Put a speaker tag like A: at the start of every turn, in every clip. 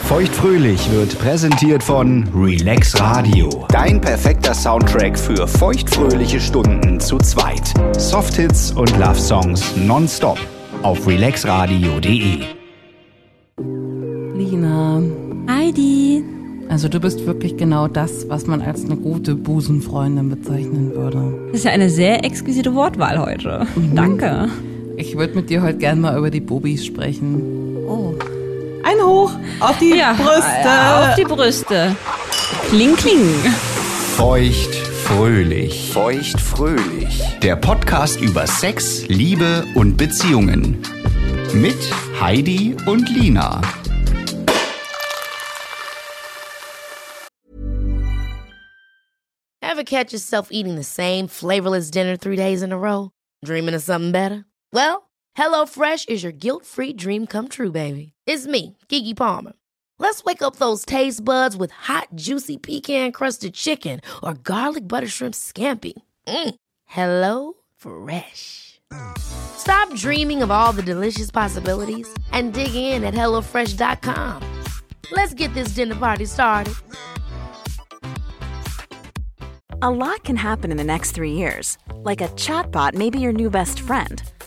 A: Feuchtfröhlich wird präsentiert von Relax Radio. Dein perfekter Soundtrack für feuchtfröhliche Stunden zu zweit. Softhits und Love Songs nonstop auf relaxradio.de.
B: Lina,
C: Heidi.
B: also du bist wirklich genau das, was man als eine gute Busenfreundin bezeichnen würde.
C: Das ist ja eine sehr exquisite Wortwahl heute.
B: Mhm.
C: Danke.
B: Ich würde mit dir heute gern mal über die Bubis sprechen.
C: Oh.
B: Ein Hoch auf die
C: Ja,
B: Brüste.
C: auf die Brüste. Kling, kling.
A: Feuchtfröhlich. Feuchtfröhlich. Der Podcast über Sex, Liebe und Beziehungen. Mit Heidi und Lina.
D: Ever catch yourself eating the same flavorless dinner three days in a row? Dreaming of something better? Well, HelloFresh is your guilt-free dream come true, baby. It's me, Gigi Palmer. Let's wake up those taste buds with hot, juicy pecan-crusted chicken or garlic butter shrimp scampi. Mm. Hello Fresh. Stop dreaming of all the delicious possibilities and dig in at HelloFresh.com. Let's get this dinner party started.
E: A lot can happen in the next three years. Like a chatbot may be your new best friend.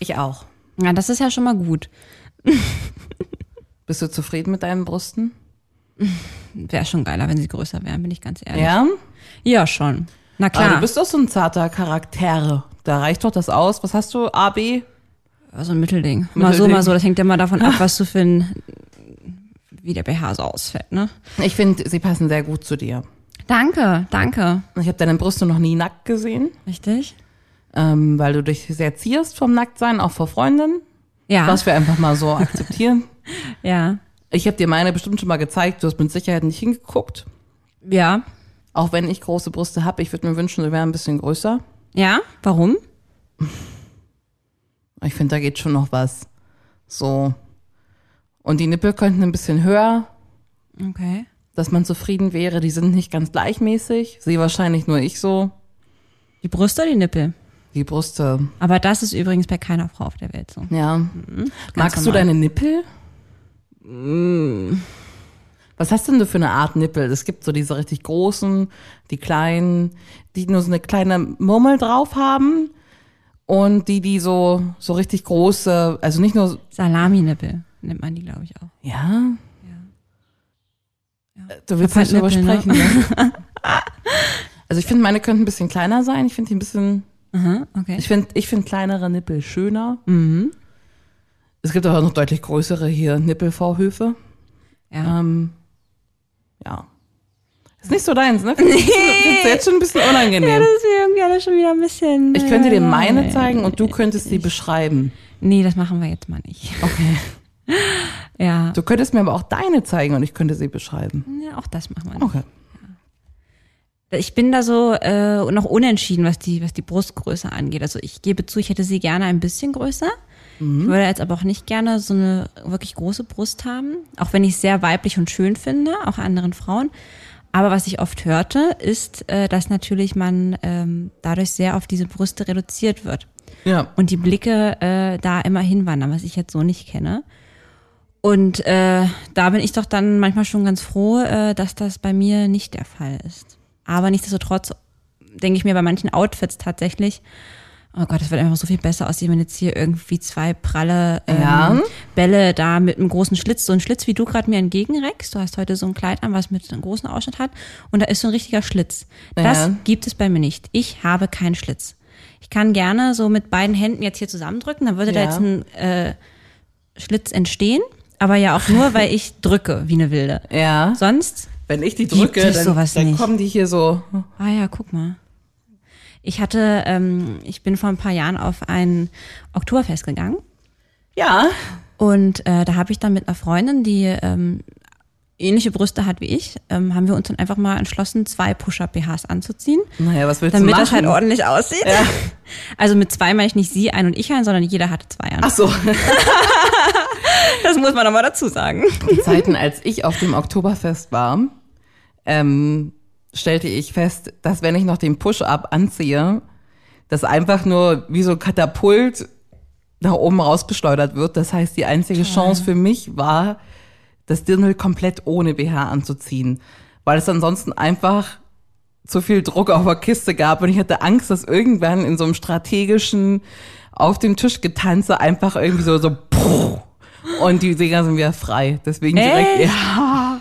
B: Ich auch.
C: Ja, das ist ja schon mal gut.
B: Bist du zufrieden mit deinen Brüsten?
C: Wäre schon geiler, wenn sie größer wären, bin ich ganz ehrlich.
B: Ja.
C: Ja, schon. Na
B: Aber
C: klar.
B: du bist doch so ein zarter Charakter. Da reicht doch das aus. Was hast du? A, B?
C: so ein Mittelding. Mal so,
B: Mittelding. Ah.
C: mal so. Das hängt ja immer davon ab, was du für ein, wie der BH so ausfällt, ne?
B: Ich finde, sie passen sehr gut zu dir.
C: Danke, danke.
B: Ich habe deine Brüste noch nie nackt gesehen,
C: Richtig?
B: ähm, weil du dich sehr zierst vom Nacktsein, auch vor Freundinnen.
C: Ja.
B: Was wir einfach mal so akzeptieren.
C: ja.
B: Ich habe dir meine bestimmt schon mal gezeigt. Du hast mit Sicherheit nicht hingeguckt.
C: Ja.
B: Auch wenn ich große Brüste habe, ich würde mir wünschen, sie wären ein bisschen größer.
C: Ja? Warum?
B: Ich finde, da geht schon noch was. So. Und die Nippel könnten ein bisschen höher,
C: Okay.
B: dass man zufrieden wäre. Die sind nicht ganz gleichmäßig. Sehe wahrscheinlich nur ich so.
C: Die Brüste oder die Nippel?
B: Die Brüste.
C: Aber das ist übrigens bei keiner Frau auf der Welt so.
B: Ja. Magst du
C: normal.
B: deine Nippel? Was hast denn du für eine Art Nippel? Es gibt so diese richtig großen, die kleinen, die nur so eine kleine Murmel drauf haben und die, die so, so richtig große, also nicht nur,
C: Salami-Nippel nennt man die, glaube ich, auch.
B: ja. Äh, Du willst
C: Hab
B: nicht
C: halt
B: drüber
C: Nippel,
B: sprechen, ne? Also ich finde, meine könnten ein bisschen kleiner sein. Ich finde die ein bisschen
C: Aha, okay. Mhm.
B: Ich finde ich find kleinere Nippel schöner. Es gibt aber noch deutlich größere hier Nippelvorhöfe.
C: Ja.
B: Ähm, ja. Ist nicht so deins, ne? Nee. Findest du jetzt schon ein bisschen unangenehm.
C: ist mir irgendwie alles schon wieder ein bisschen.
B: ich könnte dir meine zeigen und du könntest sie beschreiben.
C: Nee, das machen wir jetzt mal nicht.
B: Okay.
C: Ja.
B: Du könntest mir aber auch deine zeigen und ich könnte sie beschreiben.
C: ja auch das machen wir nicht.
B: Okay.
C: Ich bin da so äh, noch unentschieden, was die, was die Brustgröße angeht. Also ich gebe zu, ich hätte sie gerne ein bisschen größer. Ich würde jetzt aber auch nicht gerne so eine wirklich große Brust haben, auch wenn ich es sehr weiblich und schön finde, auch anderen Frauen. Aber was ich oft hörte, ist, äh, dass natürlich man ähm, dadurch sehr auf diese Brüste reduziert wird
B: Ja.
C: und die Blicke äh, da immer hinwandern, was ich jetzt so nicht kenne. Und äh, da bin ich doch dann manchmal schon ganz froh, äh, dass das bei mir nicht der Fall ist. Aber nichtsdestotrotz denke ich mir bei manchen Outfits tatsächlich, Oh Gott, das wird einfach so viel besser aussehen, wenn jetzt hier irgendwie zwei pralle ähm,
B: Ja.
C: Bälle da mit einem großen Schlitz, so ein Schlitz, wie du gerade mir entgegenreckst. Du hast heute so ein Kleid an, was mit einem großen Ausschnitt hat. Und da ist so ein richtiger Schlitz. Das
B: Ja.
C: gibt es bei mir nicht. Ich habe keinen Schlitz. Ich kann gerne so mit beiden Händen jetzt hier zusammendrücken, dann würde da
B: Ja.
C: jetzt ein äh, Schlitz entstehen. Aber ja auch nur, weil ich drücke wie eine Wilde.
B: Ja.
C: Sonst
B: Wenn ich die
C: Gibt
B: drücke,
C: es
B: dann,
C: sowas
B: dann
C: nicht?
B: kommen die hier so.
C: Ah ja, guck mal. Ich hatte, ähm, ich bin vor ein paar Jahren auf ein Oktoberfest gegangen
B: Ja.
C: und äh, da habe ich dann mit einer Freundin, die ähm, ähnliche Brüste hat wie ich, ähm, haben wir uns dann einfach mal entschlossen, zwei Push-Up-BHs anzuziehen,
B: Naja, was willst
C: damit
B: du machen?
C: das halt ordentlich aussieht. Also mit zwei meine ich nicht sie ein und ich ein, sondern jeder hatte zwei an.
B: Ach so.
C: Das muss man nochmal dazu sagen.
B: Die Zeiten, als ich auf dem Oktoberfest war, ähm, stellte ich fest, dass wenn ich noch den Push-Up anziehe, das einfach nur wie so ein Katapult nach oben rausbeschleudert wird. Das heißt, die einzige Chance für mich war, das Dirndl komplett ohne BH anzuziehen, weil es ansonsten einfach zu viel Druck auf der Kiste gab und ich hatte Angst, dass irgendwann in so einem strategischen auf dem Tisch getanze einfach irgendwie so so puh, und die Dinger sind wieder frei. Deswegen direkt
C: Echt?
B: ja,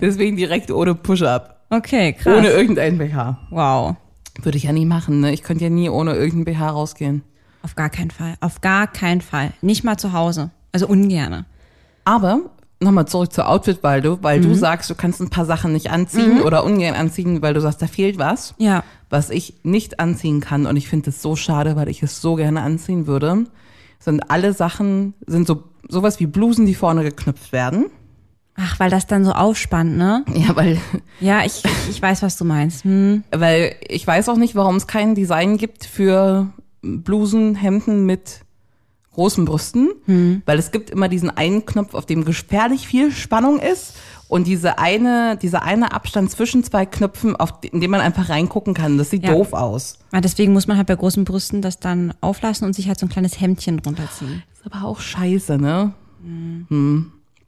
B: deswegen direkt ohne Push-up,
C: Okay, krass.
B: ohne irgendeinen BH.
C: wow.
B: Würde ich ja nie machen, ne? Ich könnte ja nie ohne irgendeinen BH rausgehen.
C: Auf gar keinen Fall. Auf gar keinen Fall. Nicht mal zu Hause. Also ungerne.
B: Aber nochmal zurück zur Outfit, weil du, weil du sagst, du kannst ein paar Sachen nicht anziehen oder ungern anziehen, weil du sagst, da fehlt was,
C: Ja.
B: was ich nicht anziehen kann. Und ich finde es so schade, weil ich es so gerne anziehen würde. Sind alle Sachen, sind so sowas wie Blusen, die vorne geknüpft werden.
C: Ach, weil das dann so aufspannt, ne?
B: Ja, weil,
C: Ja, ich, ich weiß, was du meinst. Hm.
B: weil ich weiß auch nicht, warum es kein Design gibt für Blusen, Hemden mit großen Brüsten, weil es gibt immer diesen einen Knopf, auf dem gefährlich viel Spannung ist und diese eine, dieser eine Abstand zwischen zwei Knöpfen, auf de- in dem man einfach reingucken kann. Das sieht
C: Ja.
B: doof aus.
C: Ah, Deswegen muss man halt bei großen Brüsten das dann auflassen und sich halt so ein kleines Hemdchen runterziehen.
B: Ist aber auch scheiße, ne?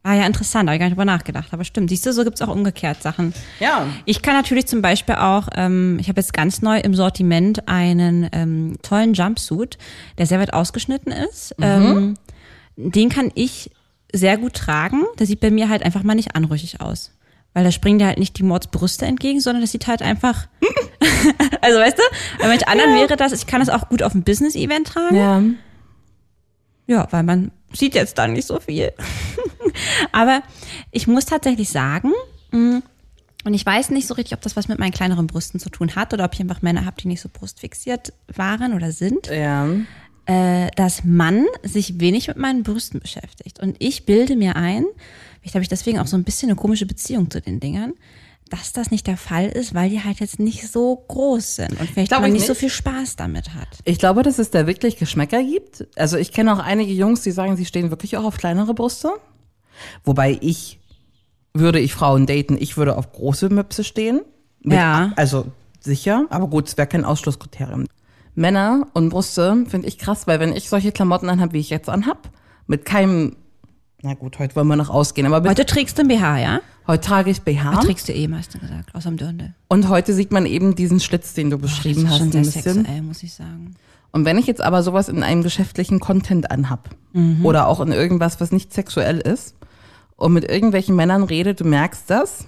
C: Ah ja, interessant, habe ich gar nicht drüber nachgedacht. Aber stimmt, siehst du, so gibt's auch umgekehrt Sachen.
B: Ja.
C: Ich kann natürlich zum Beispiel auch, ähm, ich habe jetzt ganz neu im Sortiment einen ähm, tollen Jumpsuit, der sehr weit ausgeschnitten ist. Ähm, den kann ich sehr gut tragen. Der sieht bei mir halt einfach mal nicht anrüchig aus. Weil da springen dir halt nicht die Mordsbrüste entgegen, sondern das sieht halt einfach. also weißt du, bei manch anderen wäre das, ich kann das auch gut auf ein Business-Event tragen.
B: Ja.
C: Ja, weil man sieht jetzt dann nicht so viel. Aber ich muss tatsächlich sagen, mm, und ich weiß nicht so richtig, ob das was mit meinen kleineren Brüsten zu tun hat oder ob ich einfach Männer habe, die nicht so brustfixiert waren oder sind,
B: Ja.
C: äh, dass Mann sich wenig mit meinen Brüsten beschäftigt. Und ich bilde mir ein, vielleicht habe ich deswegen auch so ein bisschen eine komische Beziehung zu den Dingern, dass das nicht der Fall ist, weil die halt jetzt nicht so groß sind und vielleicht
B: Glaub
C: man
B: ich
C: nicht, so
B: nicht.
C: viel Spaß damit hat.
B: Ich glaube, dass es da wirklich Geschmäcker gibt. Also ich kenne auch einige Jungs, die sagen, sie stehen wirklich auch auf kleinere Brüste. Wobei ich, würde ich Frauen daten, ich würde auf große Möpse stehen. Mit-
C: Ja.
B: Also sicher, aber gut, es wäre kein Ausschlusskriterium. Männer und Brüste finde ich krass, weil wenn ich solche Klamotten anhab, wie ich jetzt anhab, mit keinem, na gut, heute wollen wir noch ausgehen, aber mit,
C: Heute trägst du ein BH, ja?
B: heute trage ich BH
C: Das trägst du eh, hast du gesagt, außer am Dirndl.
B: und heute sieht man eben diesen Schlitz, den du
C: das
B: beschrieben
C: ist
B: hast,
C: schon
B: ein
C: sehr
B: bisschen.
C: sexuell, muss ich sagen.
B: Und wenn ich jetzt aber sowas in einem geschäftlichen Content anhab oder auch in irgendwas, was nicht sexuell ist und mit irgendwelchen Männern rede, du merkst das,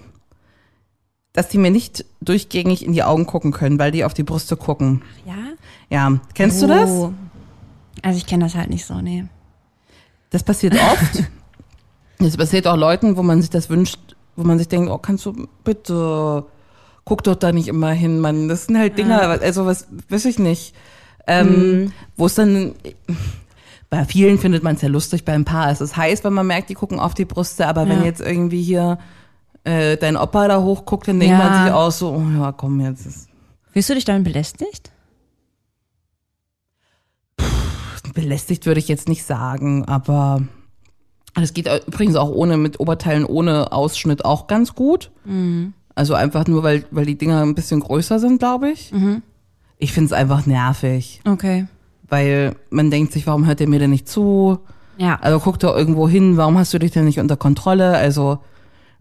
B: dass die mir nicht durchgängig in die Augen gucken können, weil die auf die Brüste gucken.
C: Ja?
B: Ja, kennst du das?
C: Oh. Also ich kenne das halt nicht so, nee.
B: Das passiert oft. das passiert auch Leuten, wo man sich das wünscht, wo man sich denkt, oh, kannst du bitte, guck doch da nicht immer hin, Mann. Das sind halt Dinger, also was, weiß ich nicht. Ähm, Wo es dann, bei vielen findet man es ja lustig, bei ein paar ist es heiß, wenn man merkt, die gucken auf die Brüste, aber wenn
C: Ja.
B: jetzt irgendwie hier äh, dein Opa da hochguckt, dann
C: Ja.
B: denkt man sich auch so, oh ja, komm, jetzt ist
C: Wirst du dich dann belästigt?
B: belästigt würde ich jetzt nicht sagen, aber das geht übrigens auch ohne mit Oberteilen ohne Ausschnitt auch ganz gut. Also einfach nur, weil, weil die Dinger ein bisschen größer sind, glaube ich. Ich finde es einfach nervig,
C: Okay.
B: weil man denkt sich, warum hört ihr mir denn nicht zu?
C: Ja.
B: Also guck doch irgendwo hin, warum hast du dich denn nicht unter Kontrolle? Also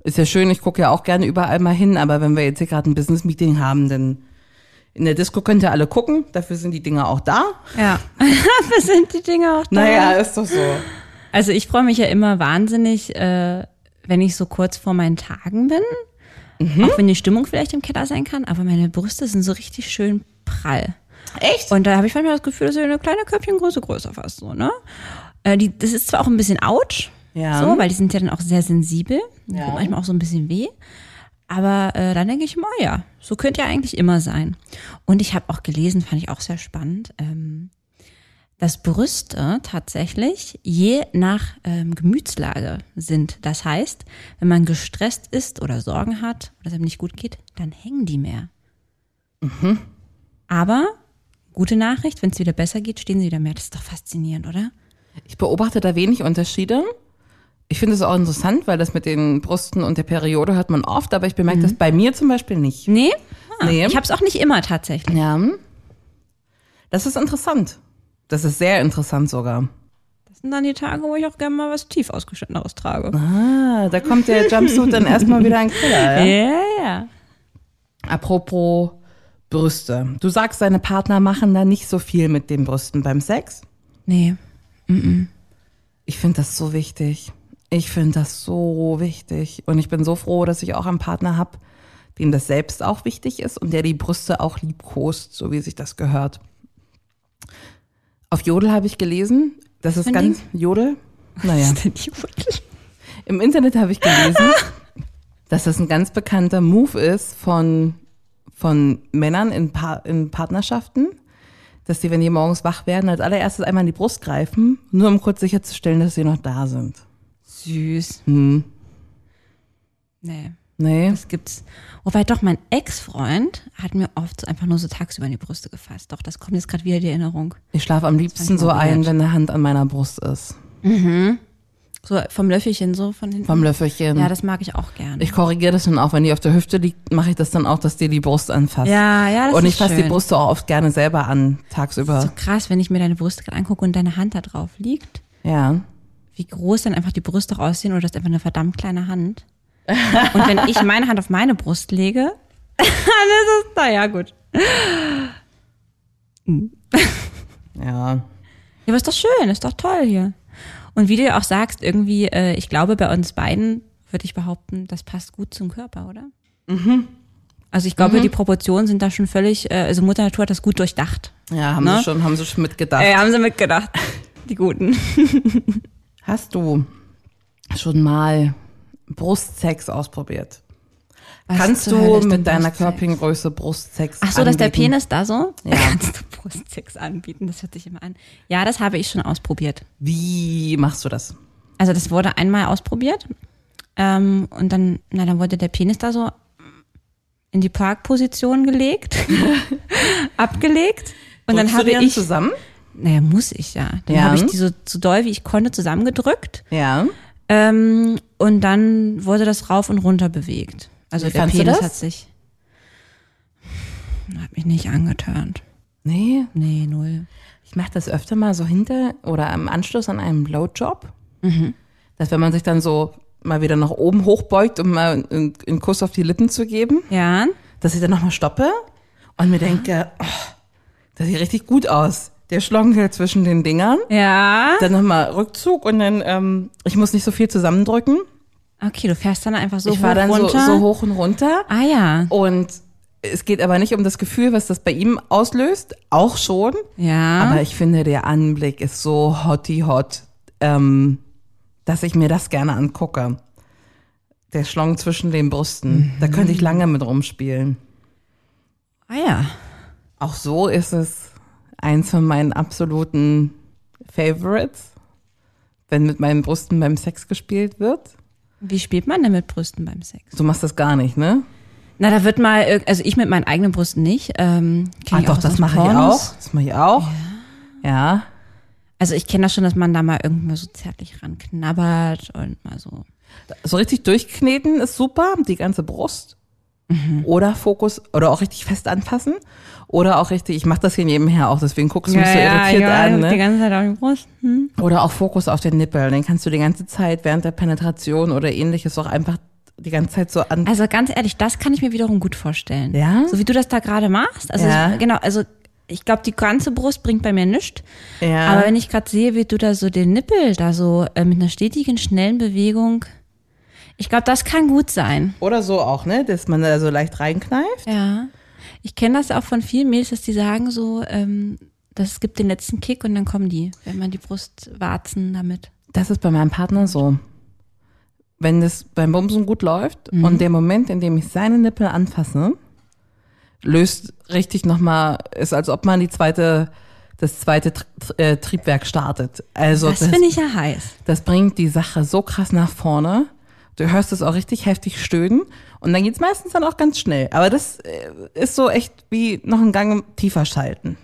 B: ist ja schön, ich gucke ja auch gerne überall mal hin, aber wenn wir jetzt hier gerade ein Business-Meeting haben, dann In der Disco könnt ihr alle gucken, dafür sind die Dinger auch da.
C: Ja. Was sind die Dinge auch da?
B: Naja, ist doch so.
C: Also ich freue mich ja immer wahnsinnig, äh, wenn ich so kurz vor meinen Tagen bin.
B: Mhm.
C: Auch wenn die Stimmung vielleicht im Keller sein kann, aber meine Brüste sind so richtig schön prall.
B: Echt?
C: Und da habe ich manchmal das Gefühl, dass ich eine kleine Köpfchengröße größer fast so, ne? Äh, die, das ist zwar auch ein bisschen ouch,
B: Ja.
C: so, weil die sind ja dann auch sehr sensibel. Ja.
B: Ja.
C: Tut manchmal auch so ein bisschen weh. Aber äh, dann denke ich immer, oh ja, so könnte ja eigentlich immer sein. Und ich habe auch gelesen, fand ich auch sehr spannend, ähm, dass Brüste tatsächlich je nach ähm, Gemütslage sind. Das heißt, wenn man gestresst ist oder Sorgen hat oder es einem nicht gut geht, dann hängen die mehr. Aber gute Nachricht, wenn es wieder besser geht, stehen sie wieder mehr. Das ist doch faszinierend, oder?
B: Ich beobachte da wenig Unterschiede. Ich finde es auch interessant, weil das mit den Brüsten und der Periode hört man oft, aber ich bemerke das bei mir zum Beispiel nicht.
C: Mhm. Nee? Ah,
B: Nee.
C: Ich habe es auch nicht immer tatsächlich.
B: Ja. Das ist interessant. Das ist sehr interessant sogar.
C: Das sind dann die Tage, wo ich auch gerne mal was tief ausgeschnitteneres trage.
B: Ah, da kommt der Jumpsuit dann erstmal wieder in den Keller. Ja?
C: Ja, ja.
B: Apropos Brüste. Du sagst, deine Partner machen da nicht so viel mit den Brüsten beim Sex.
C: Nee.
B: Ich finde das so wichtig. Ich finde das so wichtig. Und ich bin so froh, dass ich auch einen Partner habe, dem das selbst auch wichtig ist und der die Brüste auch liebkost, so wie sich das gehört. Auf Jodel habe ich gelesen, das ist
C: ein
B: ganz Jodel. Naja,
C: Ist denn die Wurzel?
B: im Internet habe ich gelesen, dass das ein ganz bekannter Move ist von, von Männern in, pa in Partnerschaften, dass die, wenn die morgens wach werden, als allererstes einmal in die Brust greifen, nur um kurz sicherzustellen, dass sie noch da sind.
C: Süß. Hm. Nee.
B: Nee.
C: Das gibt's. Wobei doch, mein Ex-Freund hat mir oft so einfach nur so tagsüber in die Brüste gefasst. Doch, das kommt jetzt gerade wieder die Erinnerung.
B: Ich schlafe am liebsten
C: ich
B: so
C: mal
B: ein,
C: weird.
B: wenn eine Hand an meiner Brust ist.
C: So vom Löffelchen, so von hinten.
B: Vom Löffelchen.
C: Mhm. Ja, das mag ich auch gerne.
B: ich korrigiere das dann auch, wenn die auf der Hüfte liegt, mache ich das dann auch, dass die die Brust anfasst.
C: Ja, ja, das
B: Und
C: ist
B: ich fasse
C: schön.
B: die Brüste auch oft gerne selber an,
C: so
B: tagsüber.
C: krass, wenn ich mir deine Brüste gerade angucke und deine Hand da drauf liegt.
B: Ja.
C: wie groß dann einfach die Brüste auch aussehen oder das ist einfach eine verdammt kleine Hand. Und wenn ich meine Hand auf meine Brust lege, dann ist es, naja, gut.
B: Ja.
C: Ja, aber ist doch schön, ist doch toll hier. Und wie du ja auch sagst, irgendwie, äh, ich glaube, bei uns beiden würde ich behaupten, das passt gut zum Körper, oder? Mhm. Also ich glaube, die Proportionen sind da schon völlig, äh, also Mutter Natur hat das gut durchdacht.
B: Ja, haben
C: Ne?
B: sie schon, Äh, haben sie schon mitgedacht.
C: haben sie mitgedacht. Die Guten.
B: Hast du schon mal Brustsex ausprobiert? Kannst du mit deiner Körpergröße Brustsex
C: Ach so, dass der
B: anbieten?
C: Penis da so?
B: Ja.
C: Kannst du Brustsex anbieten? Das hört sich immer an. Ja, das habe ich schon ausprobiert.
B: Wie machst du das?
C: Also das wurde einmal ausprobiert ähm, und dann, na, dann wurde der Penis da so in die Parkposition gelegt, abgelegt und dann
B: Drückst du
C: habe
B: die dann
C: ich,
B: zusammen?
C: naja, muss ich ja. Dann
B: Ja.
C: habe ich die so, so doll wie ich konnte zusammengedrückt
B: Ja.
C: ähm, und dann wurde das rauf und runter bewegt. Also
B: Wie
C: der
B: fandst du
C: Penis
B: das?
C: hat sich, hat mich nicht angeturnt.
B: Nee,
C: Nee, null.
B: Ich mache das öfter mal so hinter oder am Anschluss an einem Blowjob,
C: Mhm.
B: dass wenn man sich dann so mal wieder nach oben hochbeugt, um mal einen, einen Kuss auf die Lippen zu geben,
C: Ja.
B: dass ich dann nochmal stoppe und mir denke, oh, das sieht richtig gut aus. Der Schlonkel zwischen den Dingern.
C: Ja.
B: Dann nochmal Rückzug und dann, ähm, ich muss nicht so viel zusammendrücken.
C: Okay, du fährst dann einfach so
B: ich
C: hoch
B: war dann so,
C: runter.
B: so hoch und runter.
C: Ah ja.
B: Und es geht aber nicht um das Gefühl, was das bei ihm auslöst. Auch schon.
C: Ja.
B: Aber ich finde, der Anblick ist so hotti hot, ähm, dass ich mir das gerne angucke. Der Schlong zwischen den Brüsten.
C: Mhm.
B: Da könnte ich lange mit rumspielen.
C: ah ja.
B: Auch so ist es eins von meinen absoluten Favorites, wenn mit meinen Brüsten beim Sex gespielt wird.
C: Wie spielt man denn mit Brüsten beim Sex?
B: Du machst das gar nicht, ne?
C: Na, da wird mal, irg- also ich mit meinen eigenen Brüsten nicht. Ähm, kenn
B: Ah,
C: ich
B: doch,
C: auch
B: das
C: aus
B: mache ich
C: Pornos.
B: auch. Das mache ich auch. Ja.
C: Also ich kenne das schon, dass man da mal irgendwann so zärtlich ranknabbert und mal so.
B: So richtig durchkneten ist super, die ganze Brust. Oder Fokus, oder auch richtig fest anfassen. Oder auch richtig, ich mache das hier nebenher auch, deswegen guckst du mich so irritiert an.
C: die
B: Ne?
C: ganze Zeit auf die Brust.
B: Oder auch Fokus auf den Nippel. Den kannst du die ganze Zeit während der Penetration oder ähnliches auch einfach die ganze Zeit so an.
C: Also ganz ehrlich, das kann ich mir wiederum gut vorstellen.
B: Ja?
C: So wie du das da gerade machst. Also
B: Ja.
C: ich, genau, also ich glaube, die ganze Brust bringt bei mir nichts.
B: Ja.
C: Aber wenn ich gerade sehe, wie du da so den Nippel da so äh, mit einer stetigen, schnellen Bewegung, ich glaube, das kann gut sein.
B: Oder so auch, ne? Dass man da so leicht reinkneift.
C: Ja. Ich kenne das auch von vielen Mädels, dass die sagen so, ähm, das gibt den letzten Kick und dann kommen die, wenn man die Brust warzen damit.
B: Das ist bei meinem Partner so. Wenn das beim Bumsen gut läuft
C: Mhm.
B: und der Moment, in dem ich seine Nippel anfasse, löst richtig nochmal, ist als ob man die zweite, das zweite Tr- Tr- äh, Triebwerk startet. Also
C: Das finde ich ja heiß.
B: Das bringt die Sache so krass nach vorne. Du hörst es auch richtig heftig stöhnen und dann geht's meistens dann auch ganz schnell. Aber das äh, ist so echt wie noch einen Gang tiefer schalten.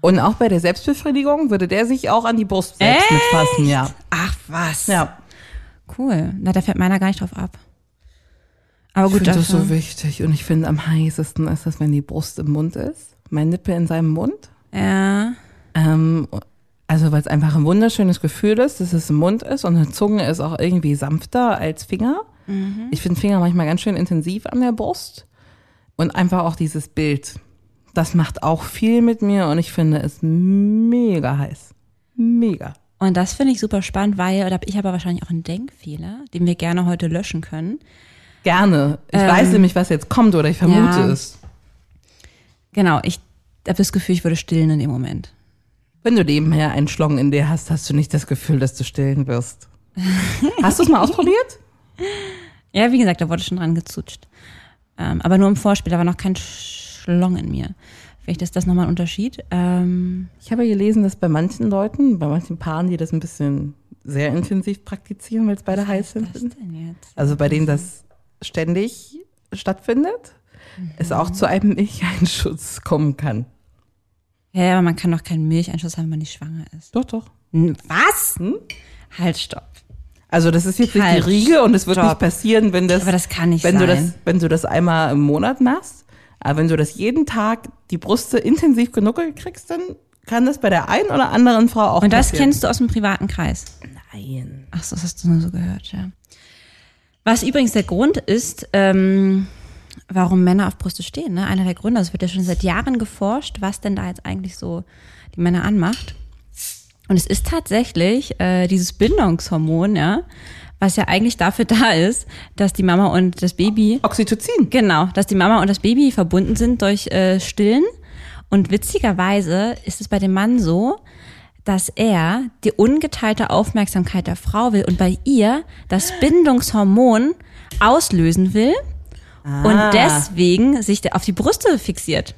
B: Und auch bei der Selbstbefriedigung würde der sich auch an die Brust selbst mitfassen, ja.
C: Ach was.
B: Ja.
C: Cool. Na, da fällt meiner gar nicht drauf ab. Aber gut,
B: ich finde das
C: dafür-
B: so wichtig und ich finde am heißesten ist das, wenn die Brust im Mund ist, mein Nippel in seinem Mund.
C: Ja.
B: Ähm, also weil es einfach ein wunderschönes Gefühl ist, dass es im Mund ist und eine Zunge ist auch irgendwie sanfter als Finger. Ich finde Finger manchmal ganz schön intensiv an der Brust und einfach auch dieses Bild. Das macht auch viel mit mir und ich finde es mega heiß. Mega.
C: Und das finde ich super spannend, weil, oder ich habe wahrscheinlich auch einen Denkfehler, den wir gerne heute löschen können.
B: Gerne. Ich weiß nämlich, was jetzt kommt oder ich vermute
C: ja.
B: es.
C: Genau, ich habe das Gefühl, ich würde stillen in dem Moment.
B: Wenn du nebenher einen Schlong in dir hast, hast du nicht das Gefühl, dass du stillen wirst. Hast du es mal ausprobiert?
C: Ja, wie gesagt, da wurde schon dran gezutscht. Ähm, aber nur im Vorspiel, da war noch kein Schlong in mir. Vielleicht ist das nochmal ein Unterschied. Ähm,
B: Ich habe gelesen, dass bei manchen Leuten, bei manchen Paaren, die das ein bisschen sehr intensiv praktizieren, weil es beide heiß sind,
C: denn jetzt?
B: also bei denen das ständig stattfindet, es auch zu einem Milcheinschuss kommen kann.
C: Ja, aber man kann doch keinen Milcheinschuss haben, wenn man nicht schwanger ist.
B: Doch, doch.
C: Hm, Was? Halt, stopp.
B: Also das ist jetzt nicht die
C: Halt,
B: Riege und es wird
C: stopp.
B: nicht passieren, wenn das,
C: Aber das kann nicht
B: wenn du das,
C: sein.
B: wenn du das einmal im Monat machst, aber wenn du das jeden Tag die Brüste intensiv genuckelt kriegst, dann kann das bei der einen oder anderen Frau auch
C: Und das
B: passieren.
C: kennst du aus dem privaten Kreis?
B: Nein.
C: Ach so, das hast du nur so gehört, ja. Was übrigens der Grund ist, ähm, warum Männer auf Brüste stehen. Ne? Einer der Gründe, also es wird ja schon seit Jahren geforscht, was denn da jetzt eigentlich so die Männer anmacht. Und es ist tatsächlich äh, dieses Bindungshormon, ja, was ja eigentlich dafür da ist, dass die Mama und das Baby
B: Oxytocin.
C: Genau, dass die Mama und das Baby verbunden sind durch äh, Stillen. Und witzigerweise ist es bei dem Mann so, dass er die ungeteilte Aufmerksamkeit der Frau will und bei ihr das Bindungshormon auslösen will und deswegen sich der- auf die Brüste fixiert.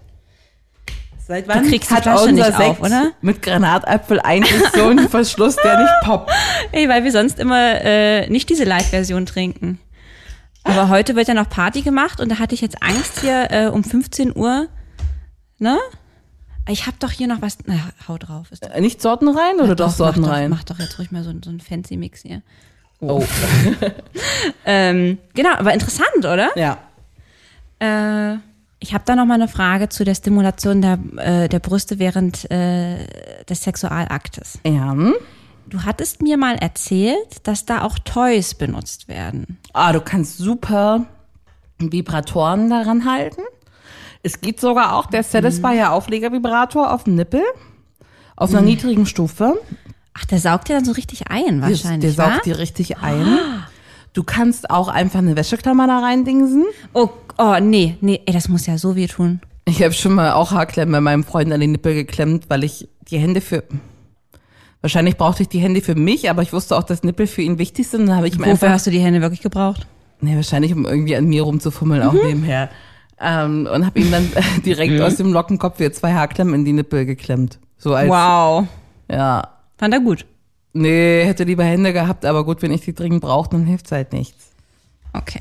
B: Seit wann
C: Du kriegst die
B: hat
C: Flasche
B: unser
C: nicht auf,
B: Sekt
C: oder?
B: mit Granatapfel eigentlich so einen Verschluss, der nicht poppt?
C: Ey, weil wir sonst immer äh, nicht diese Live-Version trinken. Aber heute wird ja noch Party gemacht und da hatte ich jetzt Angst hier äh, um 15 Uhr. Ne? Ich hab doch hier noch was. Na, hau drauf. Ist doch,
B: Äh, Nicht Sorten rein oder doch, Sorten
C: mach
B: rein?
C: Doch, mach doch jetzt ruhig mal so, so einen fancy Mix hier.
B: oh.
C: Ähm, genau, aber interessant, oder?
B: ja.
C: Äh, ich habe da noch mal eine Frage zu der Stimulation der, äh, der Brüste während äh, des Sexualaktes.
B: Ja. hm?
C: Du hattest mir mal erzählt, dass da auch Toys benutzt werden.
B: Ah, du kannst super Vibratoren daran halten. Es geht sogar auch der
C: Mhm.
B: Satisfier Auflegervibrator auf dem Nippel. Auf
C: Mhm.
B: einer niedrigen Stufe.
C: Ach, der saugt ja dann so richtig ein,
B: Der-
C: wahrscheinlich.
B: Der
C: wa? Ah.
B: saugt dir richtig ein. Du kannst auch einfach eine Wäscheklammer da reindingsen.
C: Oh, oh, nee, nee, ey, das muss ja so weh tun.
B: Ich habe schon mal auch Haarklemmen bei meinem Freund an den Nippel geklemmt, weil ich die Hände für. Wahrscheinlich brauchte ich die Hände für mich, aber ich wusste auch, dass Nippel für ihn wichtig sind. Und dann habe ich ihm
C: Wofür
B: einfach.
C: hast du die Hände wirklich gebraucht?
B: Nee, wahrscheinlich, um irgendwie an mir rumzufummeln, auch nebenher. Ähm, und habe ihm dann äh, direkt aus dem Lockenkopf hier zwei Haarklemmen in die Nippel geklemmt. So als.
C: Wow.
B: Ja.
C: Fand er gut.
B: Nee, hätte lieber Hände gehabt, aber gut, wenn ich die dringend brauche, dann hilft's halt nichts.
C: Okay.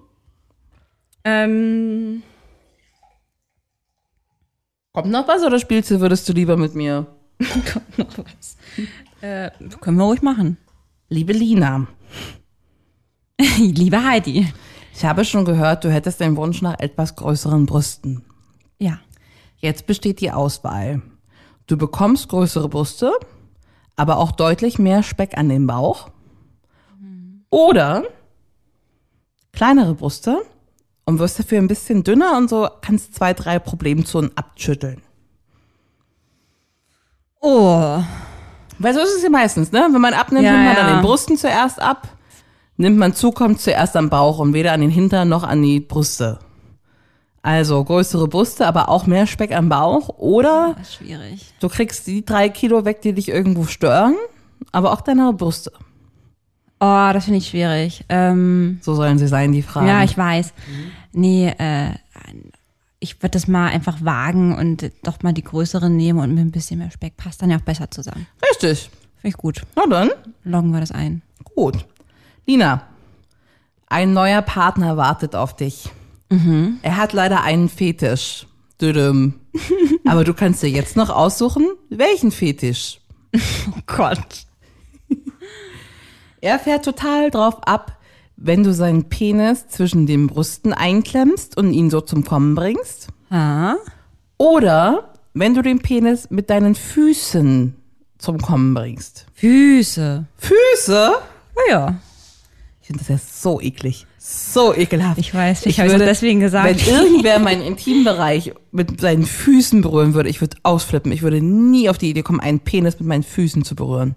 C: Ähm,
B: Kommt noch was oder spielst du, würdest du lieber mit mir?
C: kommt noch was. Äh, können wir ruhig machen.
B: Liebe Lina,
C: Liebe Heidi.
B: ich habe schon gehört, du hättest den Wunsch nach etwas größeren Brüsten.
C: Ja.
B: Jetzt besteht die Auswahl. Du bekommst größere Brüste, aber auch deutlich mehr Speck an dem Bauch. Oder kleinere Brüste und wirst dafür ein bisschen dünner und so kannst zwei, drei Problemzonen abschütteln.
C: Oh.
B: Weil so ist es ja meistens, ne? Wenn man abnimmt,
C: Ja,
B: nimmt man
C: ja.
B: an den Brüsten zuerst ab, nimmt man zu, kommt zuerst am Bauch und weder an den Hintern noch an die Brüste. Also größere Brüste, aber auch mehr Speck am Bauch oder
C: Das ist schwierig.
B: Du kriegst die drei Kilo weg, die dich irgendwo stören, aber auch deine Brüste.
C: Oh, das finde ich schwierig. Ähm,
B: So sollen sie sein, die Fragen.
C: Ja, ich weiß. Nee, äh, ich würde das mal einfach wagen und doch mal die größeren nehmen und mit ein bisschen mehr Speck. Passt dann ja auch besser zusammen.
B: Richtig.
C: Finde ich gut.
B: Na dann,
C: Loggen wir das ein.
B: gut. Lina, ein neuer Partner wartet auf dich.
C: Mhm.
B: Er hat leider einen Fetisch. Düdüm. aber du kannst dir jetzt noch aussuchen, welchen Fetisch.
C: Oh Gott.
B: Er fährt total drauf ab, wenn du seinen Penis zwischen den Brüsten einklemmst und ihn so zum Kommen bringst.
C: Ah,
B: Oder wenn du den Penis mit deinen Füßen zum Kommen bringst.
C: Füße.
B: Füße?
C: Oh ja.
B: Ich finde das ja so eklig. So ekelhaft.
C: Ich weiß, ich habe es
B: würde-
C: deswegen gesagt.
B: Wenn irgendwer meinen Intimbereich mit seinen Füßen berühren würde, ich würde ausflippen. Ich würde nie auf die Idee kommen, einen Penis mit meinen Füßen zu berühren.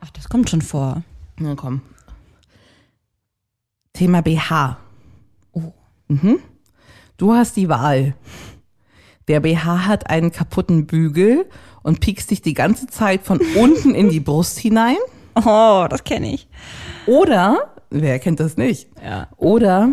C: Ach, das kommt schon vor.
B: Na komm. Thema BH.
C: Oh.
B: Mhm. Du hast die Wahl. Der BH hat einen kaputten Bügel und piekst dich die ganze Zeit von unten in die Brust hinein.
C: Oh, das kenne ich.
B: Oder, wer kennt das nicht?
C: Ja.
B: Oder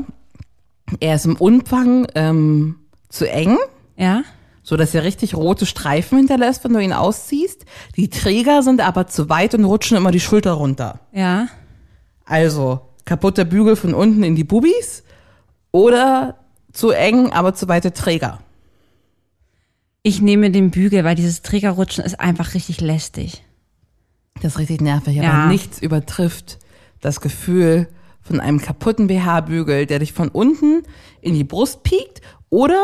B: er ist im Umfang ähm, zu eng,
C: Ja?
B: so dass er richtig rote Streifen hinterlässt, wenn du ihn ausziehst. Die Träger sind aber zu weit und rutschen immer die Schulter runter.
C: Ja.
B: Also kaputter Bügel von unten in die Bubis oder zu eng, aber zu weite Träger.
C: Ich nehme den Bügel, weil dieses Trägerrutschen ist einfach richtig lästig.
B: Das ist richtig nervig, aber
C: Ja.
B: nichts übertrifft das Gefühl von einem kaputten BH-Bügel, der dich von unten in die Brust piekt oder